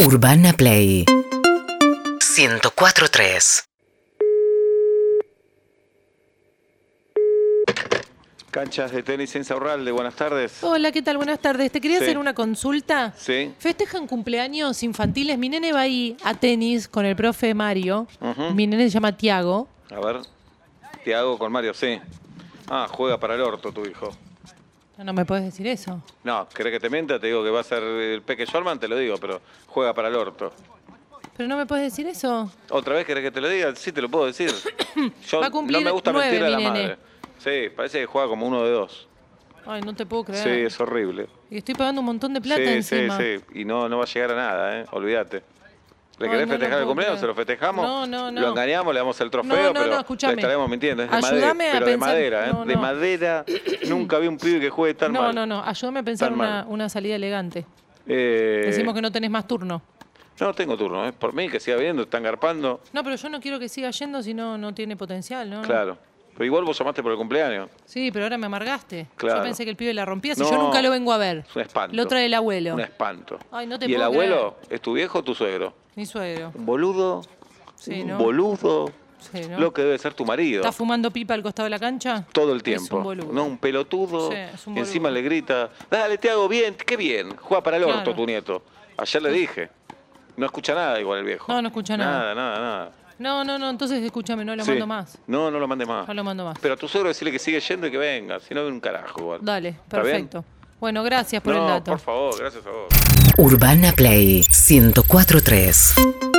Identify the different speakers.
Speaker 1: Urbana Play 104.3
Speaker 2: Canchas de tenis en Saurralde, buenas tardes.
Speaker 3: Hola, ¿qué tal? Buenas tardes. Te quería
Speaker 2: Sí.
Speaker 3: hacer una consulta.
Speaker 2: Sí.
Speaker 3: Festejan cumpleaños infantiles. Mi nene va ahí a tenis con el profe Mario.
Speaker 2: Ujú.
Speaker 3: Mi nene se llama Tiago.
Speaker 2: A ver, te hago con Mario, sí. Ah, juega para el orto tu hijo.
Speaker 3: No, no me puedes decir eso.
Speaker 2: No, ¿querés que te mienta? Te digo que va a ser el Peque Shorman, te lo digo, pero juega para el orto.
Speaker 3: Pero no me puedes decir eso.
Speaker 2: ¿Otra vez querés que te lo diga? Sí, te lo puedo decir. Yo
Speaker 3: Va a cumplir
Speaker 2: no me gusta
Speaker 3: nueve,
Speaker 2: mentir a la
Speaker 3: mi
Speaker 2: madre.
Speaker 3: nene.
Speaker 2: Sí, parece que juega como uno de dos.
Speaker 3: Ay, no te puedo creer.
Speaker 2: Sí, es horrible.
Speaker 3: Y estoy pagando un montón de plata
Speaker 2: sí,
Speaker 3: encima.
Speaker 2: sí, sí. Y no, no va a llegar a nada, ¿eh? Olvídate. ¿Le
Speaker 3: Ay,
Speaker 2: querés
Speaker 3: no lo
Speaker 2: festejar el
Speaker 3: puedo
Speaker 2: cumpleaños?
Speaker 3: creer.
Speaker 2: ¿Se lo festejamos?
Speaker 3: No, no, no.
Speaker 2: Lo engañamos, le damos el trofeo,
Speaker 3: No, no,
Speaker 2: pero
Speaker 3: no, escuchame.
Speaker 2: le estaremos mintiendo. Es de
Speaker 3: Ayúdame
Speaker 2: madera,
Speaker 3: a
Speaker 2: pero de
Speaker 3: pensar-
Speaker 2: madera, ¿eh?
Speaker 3: no,
Speaker 2: De
Speaker 3: no.
Speaker 2: madera. Nunca vi un pibe que juegue tan
Speaker 3: No,
Speaker 2: mal.
Speaker 3: no, no. Ayúdame a pensar
Speaker 2: Tan
Speaker 3: una,
Speaker 2: mal.
Speaker 3: una salida elegante.
Speaker 2: Eh,
Speaker 3: Decimos que no tenés más turno.
Speaker 2: no tengo turno, ¿eh? Por mí, que siga viendo, están garpando.
Speaker 3: No, pero yo no quiero que siga yendo si no, no tiene potencial, ¿no?
Speaker 2: Claro. Pero igual vos llamaste por el cumpleaños.
Speaker 3: Sí, pero ahora me amargaste.
Speaker 2: Claro.
Speaker 3: Yo pensé que el pibe la rompía si yo
Speaker 2: No.
Speaker 3: nunca lo vengo a ver.
Speaker 2: Es un espanto.
Speaker 3: Lo trae el abuelo.
Speaker 2: Un espanto.
Speaker 3: Ay, no te
Speaker 2: ¿Y el
Speaker 3: puedo
Speaker 2: abuelo es tu viejo o tu suegro?
Speaker 3: Mi suegro.
Speaker 2: Un boludo.
Speaker 3: Sí,
Speaker 2: un
Speaker 3: ¿no?
Speaker 2: boludo.
Speaker 3: Sí, ¿no?
Speaker 2: Lo que debe ser tu marido.
Speaker 3: ¿Está fumando pipa al costado de la cancha?
Speaker 2: todo el
Speaker 3: Es
Speaker 2: tiempo.
Speaker 3: un boludo.
Speaker 2: no, un pelotudo.
Speaker 3: Sí, es un
Speaker 2: y encima
Speaker 3: boludo.
Speaker 2: le grita, dale, te hago bien, qué bien. Juega para el orto
Speaker 3: Claro.
Speaker 2: tu nieto. Ayer le dije. No escucha nada igual el viejo.
Speaker 3: No, no escucha
Speaker 2: Nada, nada,
Speaker 3: nada.
Speaker 2: nada.
Speaker 3: No, no, no, entonces escúchame, no lo
Speaker 2: Sí.
Speaker 3: mando más.
Speaker 2: No, no lo mande más.
Speaker 3: No lo mando más.
Speaker 2: Pero a tu suegro decirle que sigue yendo y que venga, si no ve un carajo igual.
Speaker 3: Dale,
Speaker 2: ¿Está bien?
Speaker 3: perfecto. Bueno, gracias por
Speaker 2: no,
Speaker 3: el dato.
Speaker 2: por favor, gracias a vos.
Speaker 1: Urbana Play 104.3